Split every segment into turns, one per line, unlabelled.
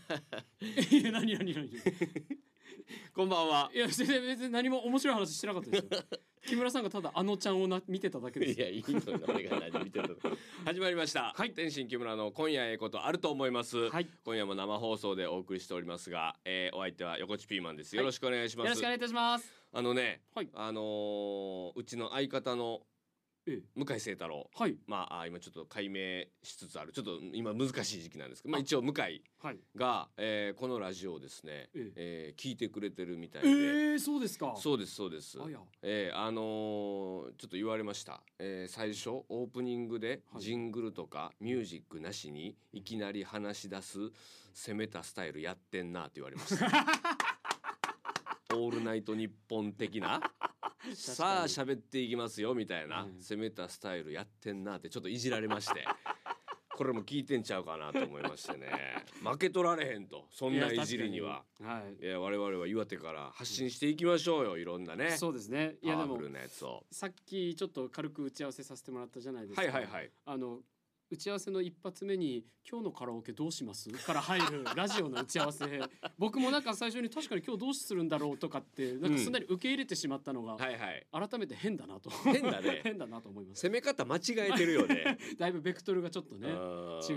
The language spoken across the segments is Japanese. いや何何何い
こんばんは。
や全然別に何も面白い話してなかったですよ木村さんがただあのちゃんをな見てただけです
いや、いいのよ、俺が何見てたの。始まりました。はい、天心木村の今夜ええことあると思います。
はい
今夜も生放送でお送りしておりますが、えー、お相手は横地ピーマンです。よろしくお願いし
よ
ます。
ろしくお願いいたします
あのね、
はい
あのーうちの相方の
ええ
向井聖太郎。
はい
まあ、あー今ちょっと解明しつつあるちょっと今難しい時期なんですけど、まあ、一応向井
はい
が、えーこのラジオをですね、
ええ
えー聞いてくれてるみたい
え
で、
ー、そうですか
そうですそうです
あや
えーあのーちょっと言われました、えー最初オープニングで
はい
ジングルとかミュージックなしにいきなり話し出す攻めたスタイルやってんなって言われました オールナイト日本 的なさあ喋っていきますよみたいな、
うん
攻めたスタイルやってんなってちょっといじられましてこれも聞いてんちゃうかなと思いまし てね負け取られへんとそんない
や
じりには。
確かにはい
いや我々は岩手から発信していきましょうよいろんなね
そうですねい
パ
やで
ワフ
も
ルなやつを
さっきちょっと軽く打ち合わせさせてもらったじゃないですか
はいはいはい
あの打ち合わせの一発目に「今日のカラオケどうします?」 から入るラジオの打ち合わせ僕もなんか最初に確かに今日どうするんだろうとかってなんかすんなり受け入れてしまったのが、
はいはい
改めて変だなと
変 だね
変だなと思います
攻め方間違えてるよね
だいぶベクトルがちょっとね
違
違う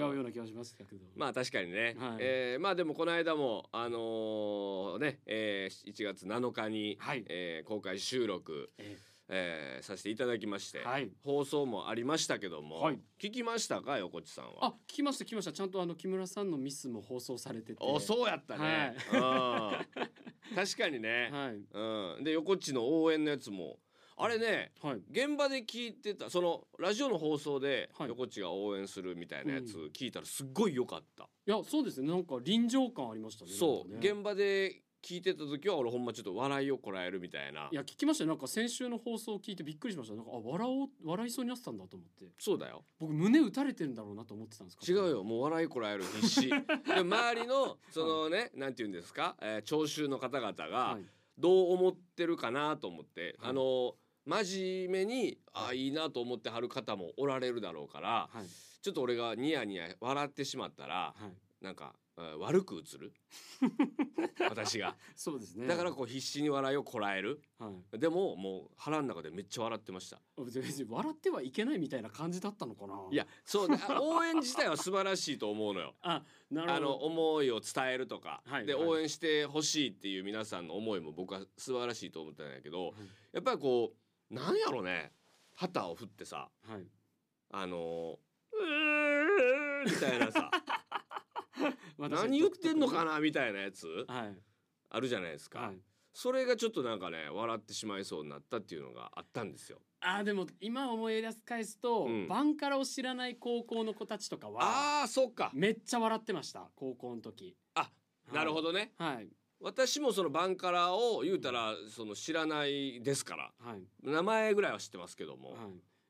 よ
よ
うな気がしましたけど、
まあ確かにね、
はい
えーまあでもこの間もあのーね、えー、1月7日に、
はい
えー公開収録、
え
えーさせていただきまして、
えはい
放送もありましたけども、
はい
聞きましたか横地さんは
あ聞きました聞きましたちゃんとあの木村さんのミスも放送されてて
おそうやったね、うん確かにね、
はい
うん、で横っちの応援のやつもあれね
はい
現場で聞いてたそのラジオの放送で
はい
横っちが応援するみたいなやつ
う
聞いたらすっごい良かった、
いやそうですねなんか臨場感ありましたね
そう、
なんかね
現場で聞いてた時は俺ほんまちょっと笑いをこらえるみたいない
や聞きましたよなんか先週の放送を聞いてびっくりしましたなんかあ笑おう笑いそうになってたんだと思って
そうだよ
僕胸打たれてるんだろうなと思ってたんですか
違うよもう笑いこらえる必死 で周りのそのね、なんて言うんですか、えー聴衆の方々が
はい
どう思ってるかなと思って、
はい
あの真面目にあいいなと思ってはる方もおられるだろうから、
はい
ちょっと俺がニヤニヤ笑ってしまったら
はい
なんか、えー悪く映 る私が
そうですね
だから
はい
こう必死に笑いをこらえるでももう腹の中でめっちゃ笑ってました
あ別に別に笑ってはいけないみたいな感じだったのかない
いやそうね あ応援自体は素晴らしいと思うのよ
あなる
あ
ほ
の
ど
思いを伝えるとか、
はい
で
はい
応援してほしいっていう皆さんの思いも僕は素晴らしいと思ったんやけど、
い
やっぱりこうなんやろね旗を振ってさ
はい
あのうーみたい なさ
私
何言ってんのかなみたいなやつ
はい
あるじゃないですか、
はい
それがちょっとなんかね笑ってしまいそうになったっていうのがあったんですよ。
あでも今思い出す返すと、
うん
バンカラを知らない高校の子たちとかは
ああーそっか
めっちゃ笑ってました高校の時
あなるほ
ど
どね
はい
私もそのバンカラを言うたらその知らないですから
はい
名前ぐらいは知ってますけども、
はい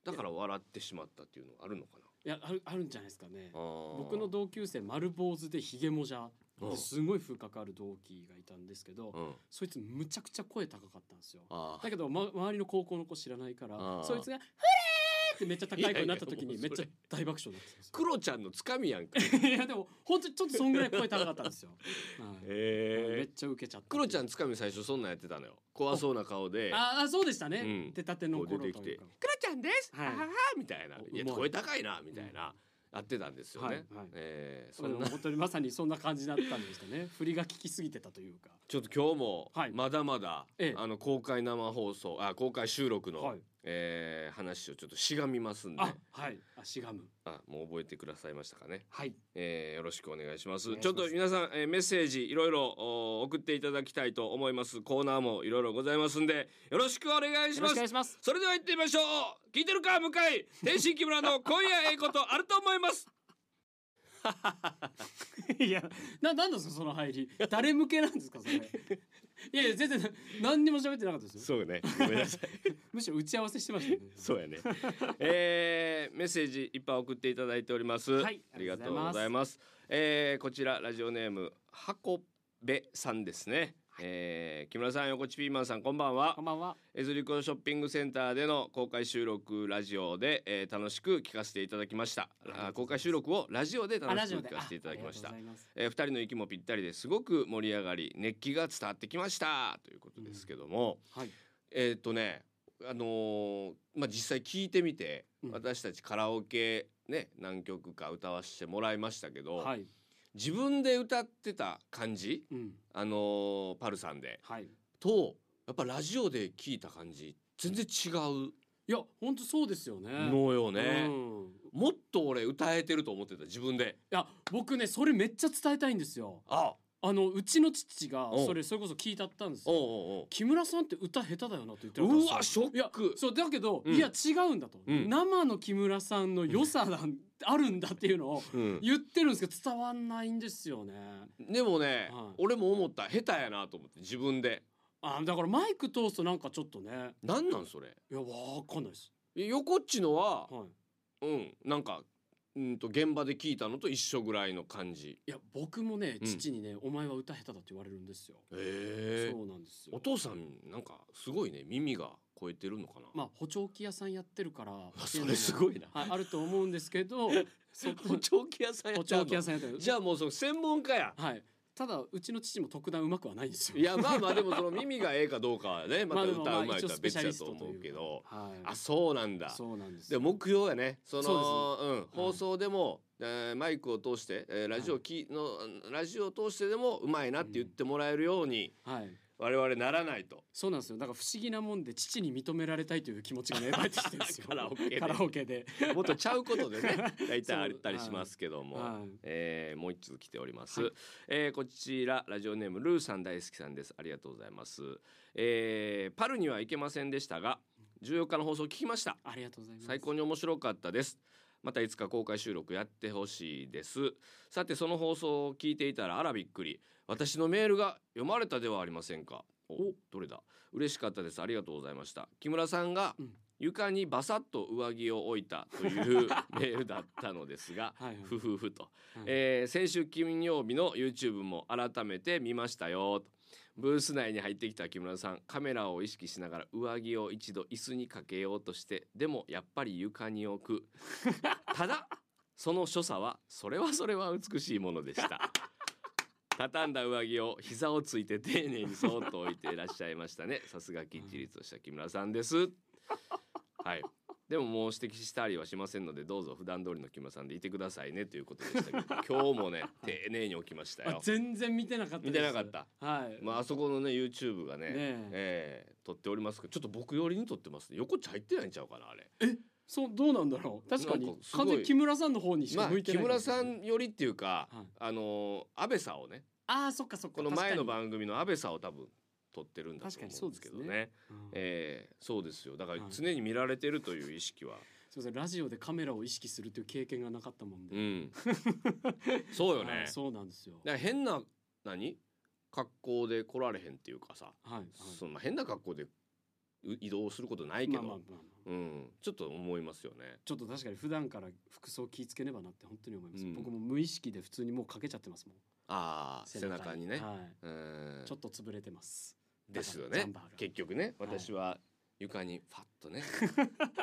だから笑ってしまったっていうのがあるのかない
やあるあるんじゃないですかね
あー
僕の同級生丸坊主でひげもじゃ
うん
すごい風格ある同期がいたんですけど、
うん
そいつむちゃくちゃ声高かったんですよ
あ
だけど、ま、周りの高校の子知らないから
あー
そいつが「フレー!」ってめっちゃ高い声になった時に
い
め
や
っ
いやも
ち
うそ
ゃ
れ
大爆笑になってたん です
クロちゃんのつかみやんか
よいやでも本当にちょっとそんぐらい声高かったんですよ、はいめ
え
っちゃウケちゃった
クロちゃんつかみ最初そんなんやってたのよ怖そうな顔で
ああそうでしたね、
うん
出たての
こう
頃
出
とい
て
うか
きて「クロちゃんです!」
はい
あははみたいな
お
「いや
うまい
声高いな」みたいなやってたんですよね。
はいはい
えー
そ
そ
れ
んな
も本当にまさにそんな感じだったんですかね振りが効きすぎてたというか
ちょっと今日も
はい
まだまだ、
ええ
あの公開生放送あ公開収録の、
はい
えー話をちょっとしがみますんで
あはいあしがむ
あもう覚えてくださいましたかね、
はい
えーよろしくお願いします
お願いし
ちょ
ま
っ
す
と皆さん、えーメッセージいろいろお送っていただきたいと思いますコーナーもいろいろございますんでよろしくお願いし
よろしく
ます
お願いします
それでは行ってみましょう聞いてるか向井天心木村の今夜ええことあると思います
いやななんですかその入り誰向けなんです かそれいやいや全然な何にも喋ってなかったですよ
そうねごめんなさい
むしろ打ち合わせしてましたよね
そうや ね。えー、メッセージいっぱい送っていただいております。
はい
ありがとうございます。えー、こちらラジオネーム箱部さんですね。えー木村さん横地ピーマンさんこんばんは
こんばんは。
エズリコショッピングセンターでの公開収録ラジオで、えー楽しく聞かせていただきました
りがとうござい
あ
ます
公開収録をラジオで
あ
楽
ラ
し
ジオ
く
で
聞かせていただきました
あありがとうございます
えー、2人の息もぴったりですごく盛り上がり熱気が伝わってきましたということですけども、
はい。
えーっとねあのーまあ実際聞いてみて、
うん
私たちカラオケね何曲か歌わせてもらいましたけど、
はい。
自分で歌ってた感じ
うん。
あのーパルさんで
はい。
とやっぱラジオで聞いた感じ全然違う
いや、本当そうですよね。
のよね、
うん。い
もっと俺歌えてると思ってた自分で
や、僕ね、それめっちゃ伝えたいんですよ。
あ
あの、うちの父が
おう、
それ、それこそ聞いたったんです
おう
よ。
おう
木村さんって歌下手だよなって言って
お
なかったん
うう
ですよ
わ
い
ショッ
や
ク
そうだけど、
うん
いや違うんだと、
うん
生の木村さんの良さがあるんだっていうの を
うん
言ってるんですけど伝わんないんですよね
でもね、
はい
俺も思った下手やなと思って自分で
あだからマイク通すとなんかちょっとね
なんなんそれ
いやわかんないです
横っちのは、
はい
うんなんかうんと現場で聞いたのと一緒ぐらいの感じ
いや僕もね
うん
父にね、お前は歌下手だって言われるんですよ
へえ
そうなんです
お
よ
父さんなんかすごいね耳が超えてるのかな、
まあ補聴器屋さんやってるから
あ
っていう
そ
の
れ
も
すごいな
はい、あると思うんですけ どそ
補聴器屋さんや
補
った
聴
の
器屋さんやってる
じゃあもうその専門家や
はいただうちの父も特段うまくはないんですよ
いやま あまあでもその耳がええかどうかはねまた
で
歌
も
うまいとは別だと
一応
思うけど
スペシャリストというかはい、
あそうなんだ
そうなんです
で
よ
も目標やねその、
そう
ん、放送でも、えーマイクを通して、えーラジオき、のラジオを通してでもうまいなって言ってもらえるように、
はい
我々ならない と
そうなんですよだから不思議なもんで父に認められたいという気持ちが芽生えてきてるんですよ
カラオケで
カラオケで
もっとちゃうことでね 大体あったりしますけども、
はい
えーもう一つ来ております、
はい
えーこちらラジオネームルーさん大好きさんですありがとうございます、えーパルには行けませんでしたが14日の放送聞きました
ありがとうございます
最高に面白かったですまたいつか公開収録やってほしいですさてその放送を聞いていたらあらびっくり私のメールが読まれたではありませんかおどれだ嬉しかったですありがとうございました木村さんが
うん
床にバサッと上着を置いたという メールだったのですが
はいはい
ふふふと、
はい
えー先週金曜日の YouTube も改めて見ましたよとブース内に入ってきた木村さんカメラを意識しながら上着を一度椅子にかけようとしてでもやっぱり床に置く ただその所作はそれはそれは美しいものでした畳んだ上着を膝をついて丁寧にそーっと置いていらっしゃいましたねさすがきっちりとした木村さんです はいでももう指摘したりはしませんのでどうぞ普段通りの木村さんでいてくださいねということでしたけど今日 もね丁寧に置きました
あ
よ
全然見てなかったです
見てなかった
はい、
まああそこのね YouTube がね
ねえ
ええ撮っておりますけどちょっと僕寄りに撮ってますね横っち入ってないんちゃうかなあれ
そうどうなんだろう確かに
なんかすごい
完全に木村さんの方にし
ま
か
あ
向いて
木
ない
村さん寄りっていうか、
はい
あの安倍さんをね
ああそっかそっか
この前の
確か
番組の安倍さんを多分撮ってるんだと
確かに
思うんですけどね
そうにうん
ええそうですよだから
はい
常に見られてるという意識は、
すいませんラジオでカメラを意識するという経験がなかったもんで、
うんそうよ
は
ね
いそうなんですよ
だから変な何格好で来られへんっていうかさ、
はい、はい、
そのまあ変な格好でう移動することないけ
まあ
ど、
まあまあまあ
うん、ちょっと思いますよね。
ちょっと確かに普段から服装気ぃつけねばなって本当に思います、
うん
僕も無意識で普通にもうかけちゃってますもん
ああ背中にね、
は
うん
い、ちょっと潰れてます
ですよ
ジャ
ね
ンバーが
結局ね
はい
私は床にファッ とね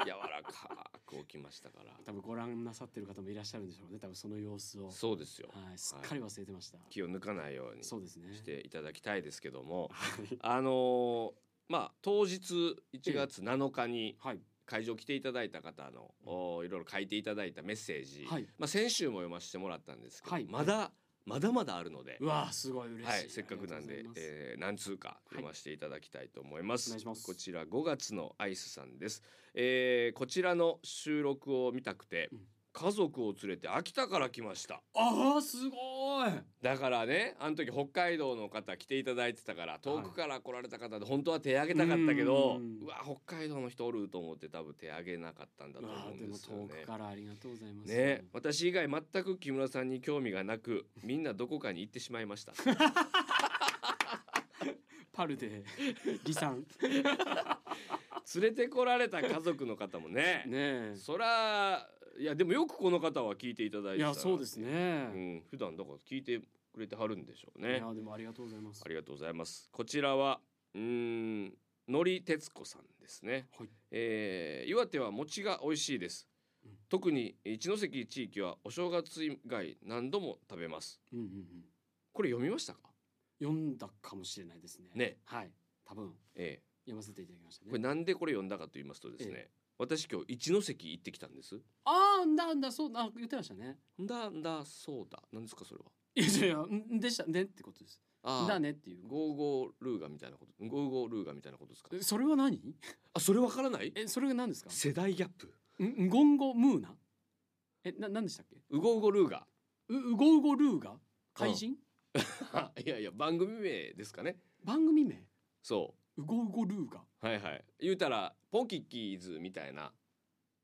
柔らかく置きましたから
多分ご覧なさってる方もいらっしゃるんでしょうね多分その様子を
そうですよ
はいすっかり忘れてました、
気を抜かないようにし
そうですね
ていただきたいですけども、
はい
あのーまあ当日1月7日に
はい
会場来ていただいた方の、おいろいろ書いていただいたメッセージ、
はい
まあ、先週も読ませてもらったんですけど、
はい
まだまだまだあるので
う、わーすごい嬉しい、
はい、せっかくなん
あり
で
がとうご、ざいます
えー、何通か読ませていただきたいと思います。
お願いします
こちら5月のアイスさんです。えー、こちらの収録を見たくて、
うん
家族を連れて秋田から来ました。
あーすごい
だからね、あの時北海道の方来ていただいてたから、遠くから来られた方で本当は手挙げたかったけど、
うん
うわ北海道の人おると思って多分手挙げなかったんだ
う
と
わー
思うん
で
で
も
すよ
遠
ね
く。からありがとうございます
ね、私以外全く木村さんに興味がなく、みんなどこかに行ってしまい ました。
パ ルで離散
連れてこられた家族の方もね
ねえ
そらいやでもよくこの方は聞いていただいて
い
たな
やそうですね、
うん、普段だから聞いてくれてはるんでしょう
い
ね
やでもありがとうございます
ありがとうございますこちらはうーんのりてつこさんですね、
はい
えー岩手は餅が美味しいです、
うん
特に一関地域はお正月以外何度も食べます
うんうんうん
これ読みましたか
読んだかもしれないですね
ね
はい多分
ええ
読ませていただきましたね
これなんでこれ読んだかと言いますとですね、私今日一関行ってきたんです
ああんだんだそうあ言ってましたね
んだんだそうだなんですかそれはい
やいやいやんでしたねってことです
あー
だねっていう
ゴーゴールーガみたいなことゴーゴールーガみたいなことですか
えそれは何
あそれわからない
えそれが何ですか
世代ギャップ
んんゴンゴムーナえな何でしたっけ
ウゴウゴルーガ
うウゴウゴルーガ怪人、
いやいや番組名ですかね
番組名
そ
ウゴウゴルーガ
うはいはい言うたらポンキッキーズみたいな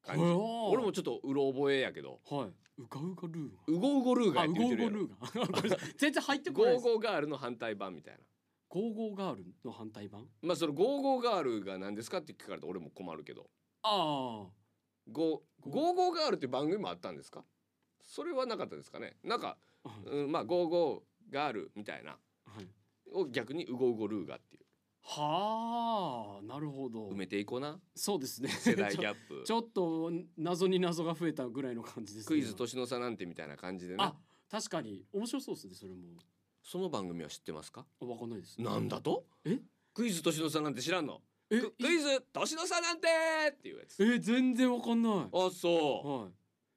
感じ
俺
俺もちょっとうろ覚えやけど
はいウガウガルー
ウゴウゴルー
ガ
ガ
あ
っ
ウ
て言
ゴ
って
ウ
る
ゴ
やろ
ルーガ これ全然入ってこ
ゴ
ない
ー
です
ゴーガールの反対版みたいな
ゴーゴーガールの反対版
まあそのゴーゴーガールが何ですかって聞かれたら俺も困るけど
ああ
ゴー
ゴ
ゴーゴーガールって番組もあったんですかそれはなかったですかねなんか、
は
うん、まあゴーゴーガールみたいないを逆にウゴウゴルーガっていう
はあなるほど
埋めていこうな
そうですね
世代ギ
ちょ
ャップ
ちょっと謎に謎が増えたぐらいの感じですね
クイズ年の差なんてみたいな感じでね
あ確かに面白そうですねそれも
その番組は知ってますか
あわかんないです
なんだと
え
クイズ年の差なんて知らんの
え
ククイズ年の差なんてっていうやつ
え全然わかんないは
あそ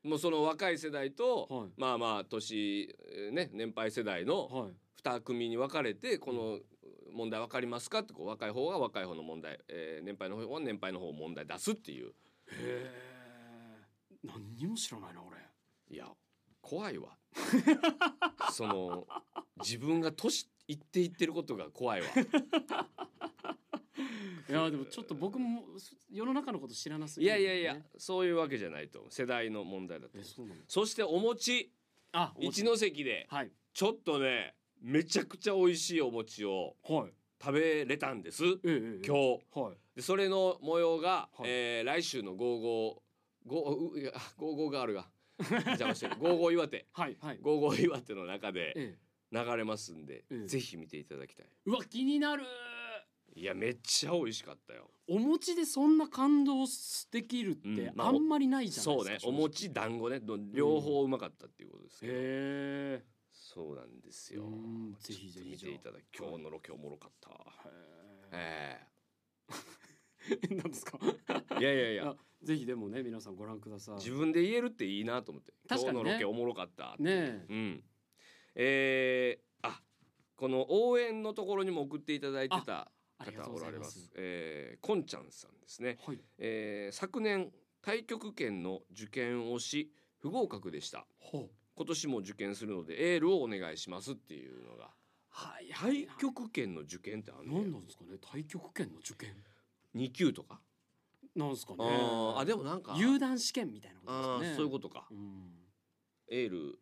いう
もうその若い世代と、
はい
まあまあ年えーね年配世代の
はい
2組に分かれてこの問題分かりますかってこう若い方が若い方の問題、えー年配の方は年配の方を問題出すっていう
へえ何にも知らないな俺
いや 怖いわその自分が年いっていってることが怖 いわ
いやでもちょっと僕も世の中のこと知らなす
い
ぎ
や
るん
い
で
や
ね
いやそういうわけじゃないと思う世代の問題だと
え
思う
そうなの
そしてお餅
あ
一関で
はい
ちょっとねめちゃくちゃ美味しいお餅を
はい
食べれたんです
ええええ
今日
はい
でそれの模様が、
はい
えー来週の55ゴーゴーガールが邪魔してる55岩手
はいはい
55岩手の中で
ええ
流れますんで、
ええ
ぜひ見ていただきたいう
わ気になる
いやめっちゃ美味しかったよ
お餅でそんな感動できるっ
う
て
んまあ
あんまりないじゃない
そ
で
う
す
ね
か
お餅団子ねど両方うまかったっていうことですけど、
へえ
そうなんですよ
うんぜひ
ちょっ
ぜひ
と見
じゃあ
ていただき今日のロケおもろかった、え
何ですか
えいやいやいや
あぜひでもね皆さんご覧ください
自分で言えるっていいなと思って
確かにね
今日のロケおもろかったって
ねえ
うんえー、あこの応援のところにも送っていただいてた
ありがとう
方お
ござ
ら
い
れ
ま
ます
す
えーこんちゃんさんですね、
はい
えー昨年対局圏の受験をし不合格でした
ほう
今年も受験するのでエールをお願いしますっていうのが
はい
対局圏の受験ってある
何な
の
んですかね対極拳の受験
2級とか、
なんですかね
あーあでもなんか
有段試験みたいなこ
あ
とです
ー
ね
そういうことか、
とうん
エール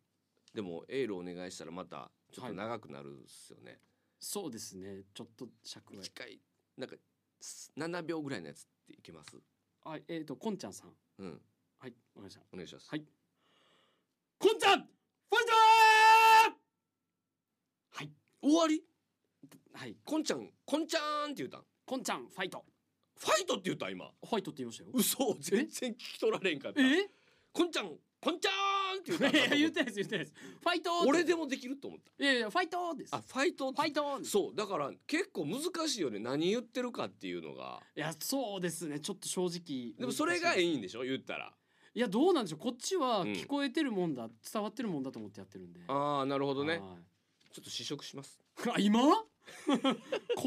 でもエールお願いしたらまたちょっと長くなるっすよね、
そうですねちょっと尺は
一回なんかす7秒ぐらいのやつっていけます
あえっ、とこんちゃんさん
うん
はいわかりました
お願いします、
はいこんちゃんファイターはい
終わり
はい
こんちゃんこんちゃーんって言ったん
こんちゃんファイト
ファイトって言った今
ファイトって言いましたよ
嘘全然聞き取られんかった
え
こんちゃんこんちゃーんって言ったん
いや
だ
いや言ってないです言ってないですファイトー
俺で
も
もできると思っ
いやいやファイトーです
たあ
フ
ファイトって
ァイトーです
そうだから結構難しいよね何言ってるかっていうのが
いやそうですねちょっと正直
でもそれが
難しい
いいんでしょ言ったら
いやどうなんでしょうこっちは
うん
聞こえてるもんだ、伝わってるもんだと思ってやってるんでなる
ああなるほどねちょっと試食します
あ 今こ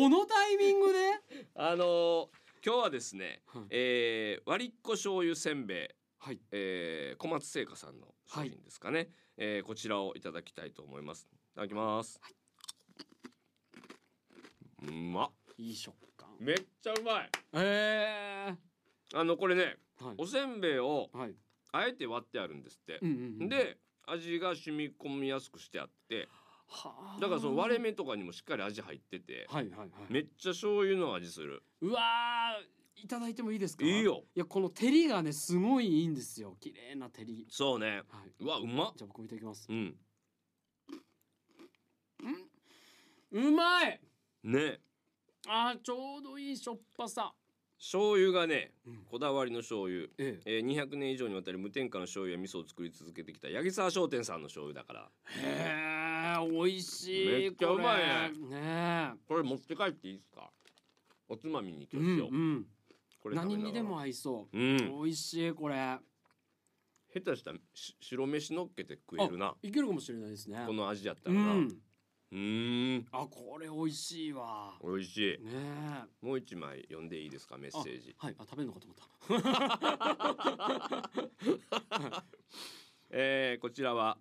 のタイミングで
あのー今日はですね、
はい
えー割りっこ醤油せんべい、
はい
えー小松製菓さんの商品ですかね、えーこちらをいただきたいと思いますいただきます、うまっ
いい食感
めっちゃうまい
え
あのこれね
ー、はい
おせんべいを
はい
あえて割ってあるんですって
うんうんうん、
で味が染み込みやすくしてあって
はあ
だからその割れ目とかにもしっかり味入ってて
はいはいはい
めっちゃ醤油の味する
うわーいただいてもいいですか
いいよ
いやこの照りがねすごいいいんですよ綺麗な照り
そうね
はいう
わうまっ
じゃあ僕もいただきます
うん
うまい
ね
あーちょうどいいしょっぱさ、
醤油がね
うん
こだわりの醤油
え
えー、200年以上にわたり無添加の醤油や味噌を作り続けてきた八木沢商店さんの醤油だから
えへえ美味しい
めっちゃうまい
これね
これ持って帰っていいですかおつまみに
えう
今日し
ん
よう、
うん
これ食べ
何
ながら
にでも合いそうう、
ん
美味しいこれ
下手したらし白飯乗っけて食えるない
けるかもしれないですね
この味やった
う
らなうんーん
あこれ美味しいわ
美味しい
ねえ
もう一枚読んでいいですかメッセージ
はいあ食べるのかと思った
えーこちらは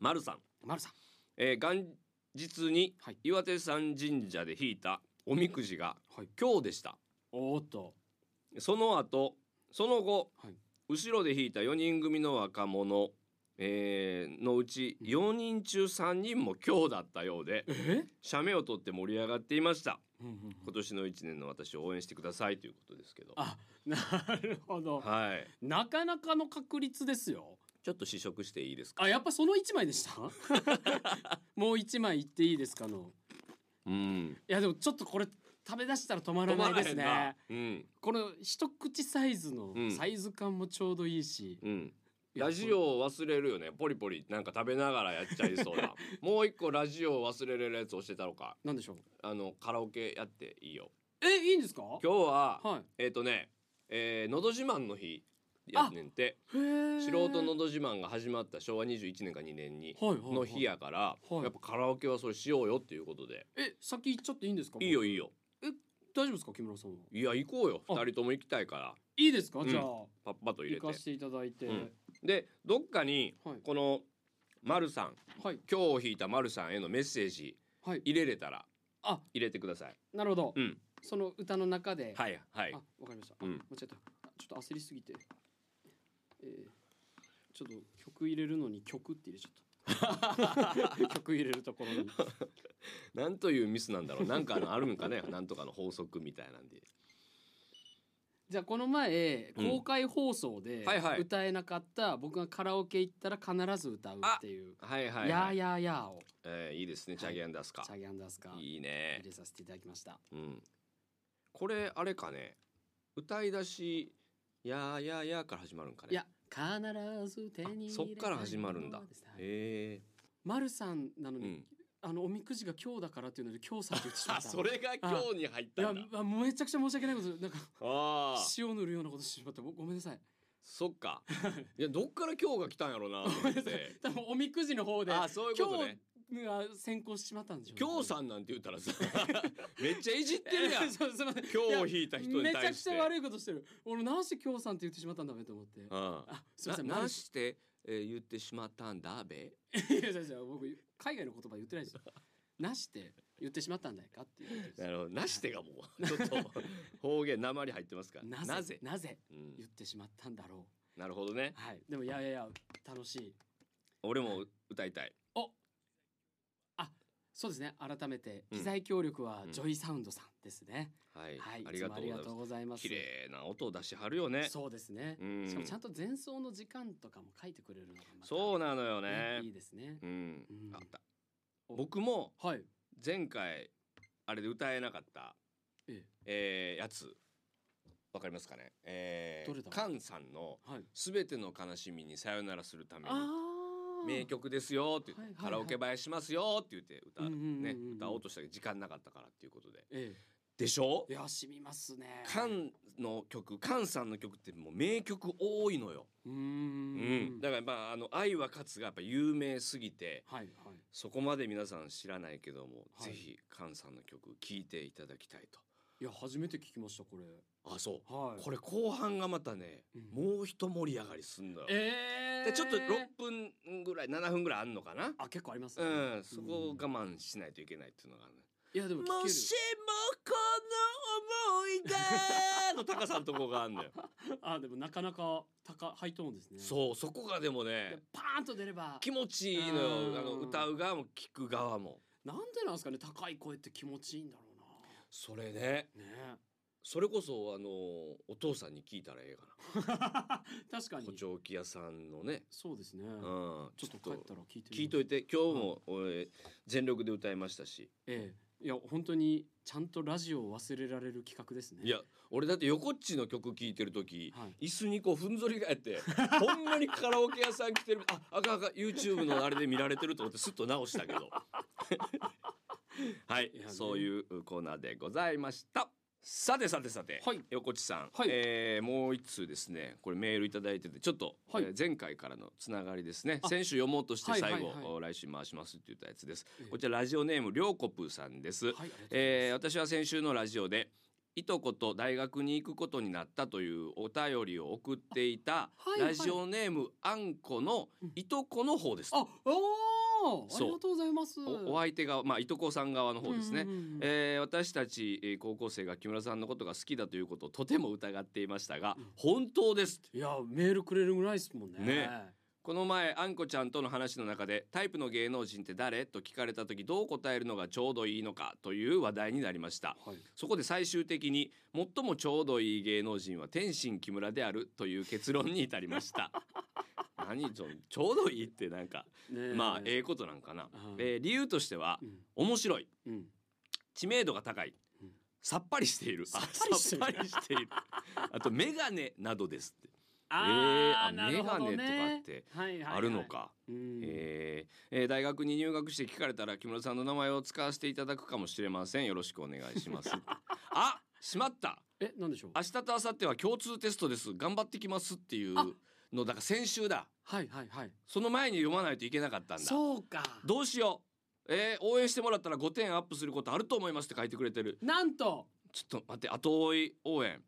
丸さん、
マルさん
えー元日に
はい
岩手山神社で引いたおみくじが
はい
今日でした
おーっと
その後その後、
はい
後ろで引いた4人組の若者、えーのうち
うん
4人中3人も今日だったようで
え
写メを撮って盛り上がっていました
うんうんうん
今年の1年の私を応援してくださいということですけど
あ なるほど
はい
なかなかの確率ですよ
ちょっと試食していいですか
あやっぱその一枚でした もう一枚いっていいですかの
うん
いやでもちょっとこれ食べ出したら止まらないです
止まらへん
ね
なうん
この一口サイズの
うん
サイズ感もちょうどいいし、
うん
いや
ラジオを忘れるよねポリポリなんか食べながらやっちゃいそう なもう一個ラジオを忘れれるやつ教えたのか
なんでしょう
あのカラオケやっていいよ
えいいんですか
今日は
はい
えっ、とね、えーのど自慢の日やねんて
へー
素人のど自慢が始まった昭和21年か2年に
はいはいはい
の日やから、
はい
やっぱカラオケはそれしようよっていうことで、
え先行っちゃっていいんですか
いいよいいよ
大丈夫ですか木村さんはい
や行こうよ
あ
2人とも行きたいから
いいですか、
うん
じゃあ
パッパと入れ
行
て
かせていただいて、
うんでどっかに
はい
この丸さん
はい
今日を引いた丸さんへのメッセージ
はい
入れれたら
あ
入れてください
なるほど、
うん
その歌の中で
はいはい
あ、わかりました。あ
うん
間違えた。あちょっと焦りすぎて。えー、ちょっと曲入れるのに曲って入れち ゃった。曲入れるところに。
なんというミスなんだろうなんかあのあるんかね なんとかの法則みたいなんで
じゃあこの前
うん
公開放送で
はいはい
歌えなかった僕がカラオケ行ったら必ず歌うっていう。
はいはい、はい、
やーやーやーを
えーいいですねチャギアンダースか、
チャギアンダースカ入
いいね
れさせていただきました。
うん、これあれかね歌い出し「やーやーやー」から始まるんかね
いや必ず手に入れたいものです
あそっから始まるんだ
はい
え
マルさんなの
ーう
に
ん、
あのおみくじが今日だからっていうので今日さんって言ってしま
あ
った。
それが今日に入っ
い
た
や
んだ
あめちゃくちゃ申し訳ないことなんか
ああ
塩塗るようなことしてしまってごごめんなさい
そっ かいやどっから今日が来たんやろうなと思って
多分おみくじの方で
あーそういうことね
今日が先行してしまったんでしょうね
今日さんなんて言ったらさめっちゃいじってるや ん
そうすいません
今日を引いた人に
めちゃ
対
く
して
ちゃ悪いことしてる俺なんして今日さんって言ってしまったんだべと思 って
うん
あすいません
な
マ
な
ル
んして、えー言ってしまったんだ べ
いやいやいや僕海外の言葉言って ないですよなして言ってしまったんだいかっていうことです
なるほどなしてがもう ちょっと方言鉛入ってますから
なぜ
なぜ、
なぜ
うん
言ってしまったんだろ
なるほどね
うはいでもいやいやいや楽しい
俺も歌いたい
そうですね改めて
うん
機材協力は
うん
ジョイサウンドさんですね、
はい、
はい
あ
あ
り
り
が
が
と
と
う
う
ご
ご
ざ
ざ
い
い
ま
ま
す。
す
綺麗な音を出しはるよね。
そうですね
う。ん
しかもちゃんと前奏の時間とかも書いてくれるのがまた
そうなのよ
ね
ね
い。いですね
う。ん
う、ん
あった。
お
僕も
はい。
前回あれで歌えなかった、
ええ
えーやつわかりますかね。え
どれ
ー、
だ
カンさんの
はい。
すべての悲しみにさよならするために
ああ。
名。曲ですよって言って、
はいはいはい
カラオケ映えしますよって言って歌、
うんうんうんうん
ね歌おうとしたけど時間なかったからっていうことで。
え
でしょ
え。い？や染みますね。
カ。ンの曲、カンさんの曲ってもう名曲多いのよ。
うー
うん、
ん。
だからまああの「愛は勝つ」がやっぱ有名すぎて
はいはい。
そこまで皆さん知らないけども、
はい
ぜひ菅さんの曲聴いていただきたいと
いや初めて聞きましたこれ。
あそう、
はい。
これ後半がまたね、
うん
もう一盛り上がりすんのよ、
ええ。
でちょっと6分ぐらい7分ぐらいあんのかな
あ結構ありますね。
うん、そこを我
うん
慢しないといけないっていうのがあるね、
いやでも聞ける。
もしもこの思い出の高さのとこがあるのよ
あでもなかなか高ハイトーンですね。う。
そうそこがでもね
パーンと出れば。
気持ちいいのよ、
うん
あの歌う側も聴く側も
なんでなんですかね高い声って気持ちいいんだろう
それね
な。ね。
それこそあのお父さんに聞いたらええか
確か
な補
に
聴器屋さんのね、
そうですね、
うん、
ちょっと帰ったら聞いてみ
聞いといて今日も俺全力で歌いましたし
ええいや本当にちゃんとラジオを忘れられる企画ですね
いや俺だって横っちの曲聴いてる時、
はい
椅子にこうふんぞり返って ほんまにカラオケ屋さん来てるああかんあかん YouTube のあれで見られてると思ってすっと直したけ どはい
いやね
そういうコーナーでございましたさてさてさて、
はい
横地さん、
はい
えーもう一通ですねこれメールいただいててちょっと、
はい
えー前回からのつながりですね
あ
先週読もうとして
はい
最後、
はいは
来週回しますって言ったやつです、
ええ
こちらラジオネームりょうこぷーさんです、
はいありがとうございます
えー私は先週のラジオでいとこと大学に行くことになったというお便りを送っていた
はいはい
ラジオネームあんこのいとこの方です。
あ、おーあ
そう
りがとうございます。
おお相手がまあいとこさん側の方ですね。
うんうんうん
えー私たちえー高校生が木村さんのことが好きだということをとても疑っていましたが
うん
本当です
いや、メールくれるぐらいですもんね。
ねこの前あんこちゃんとの話の中でタイプの芸能人って誰と聞かれた時どう答えるのがちょうどいいのかという話題になりました
はい。
そこで最終的に最もちょうどいい芸能人は天心木村であるという結論に至りました 何そのちょうどいいってなんか、
ね
まあええことなんかな、
うん
えー理由としては
うん。
面白い
うん。
知名度が高い
うん
さっぱりしている
さっぱりしてる
あさっぱりしているあと眼鏡などですって
あー
あ
なるほどね
メガネとかって
はいはいはい
あるのか、。
うん。
えーえー大学に入学して聞かれたら木村さんの名前を使わせていただくかもしれませんよろしくお願いします あしまった
え、なんでしょう。
明日と明後日は共通テストです頑張ってきますっていう
あ
のだから先週だ
はいはいはい。
その前に読まないといけなかったんだ
そうか。
どうしようえー応援してもらったら5点アップすることあると思いますって書いてくれてる
なんと、
ちょっと待って後追い応援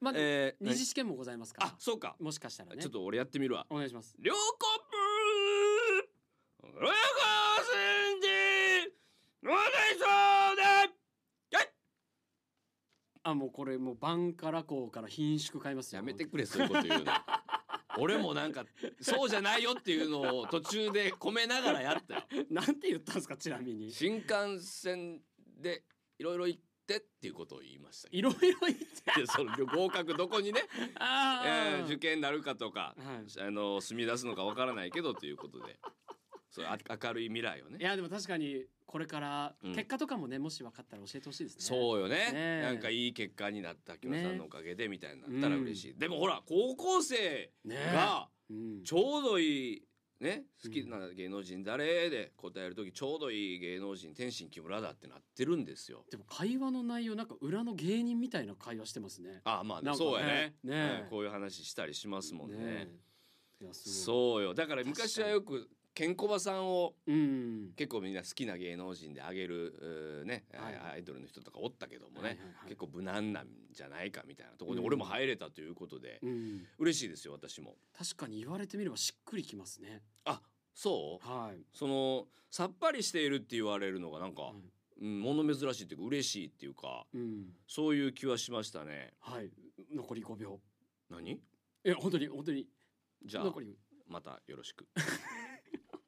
まあ、
えー
二次試験もございますから
あ。そうか、
もしかしたらね。
ちょっと俺やってみるわ
お願いします。
両コップ裏がすんじ私そうだ
あ、もうこれもう晩からこうから品種買いますよ。
やめてくれそういうこと言うの俺もなんかそうじゃないよっていうのを途中で込めながらやったよ
なんて言ったんですかちなみに。
新幹線でいろいろ行ってっていうことを言いましたけ
いろいろ言って。
どでその合格どこに ね、
あ
え
ー
ー受験になるかとか
はい。
あの住み出すのかわからないけどということでそれあ明るい未来を
い
ね
やでも確かにこれから
うん
結果とかもね、もし分かったら教えてほしいですね。
そうよね
ねえ
なんかいい結果になった木村さんのおかげでみたいになったら嬉しい、
う
でもほら高校生
ねえ
が
うん
ちょうどいいね好きな芸能人誰で答える時ちょうどいい芸能人天心木村だってなってるんですよ
でも会話の内容なんか裏の芸人みたいな会話してますね。
あまあ、
なんか
そうやね
ねえ
うんこういう話したりしますもんね
え。いやすごい。
そうよだから昔はよくケンコバさんを
うん。
結構みんな好きな芸能人であげるうーね、
はい
アイドルの人とかおったけどもね、
はいはいはい
結構無難なんじゃないかみたいなところで
うん
俺も入れたということで、
うん。
嬉しいですよ私も。
確かに言われてみればしっくりきますね。
あそう
はい。
そのさっぱりしているって言われるのがなんか、うん、物珍しいっていうか嬉しいっていうか
うん。
そういう気はしましたね。
はい。残り5秒。
何
え本当に本当に
じゃあ
残り。
またよろしく。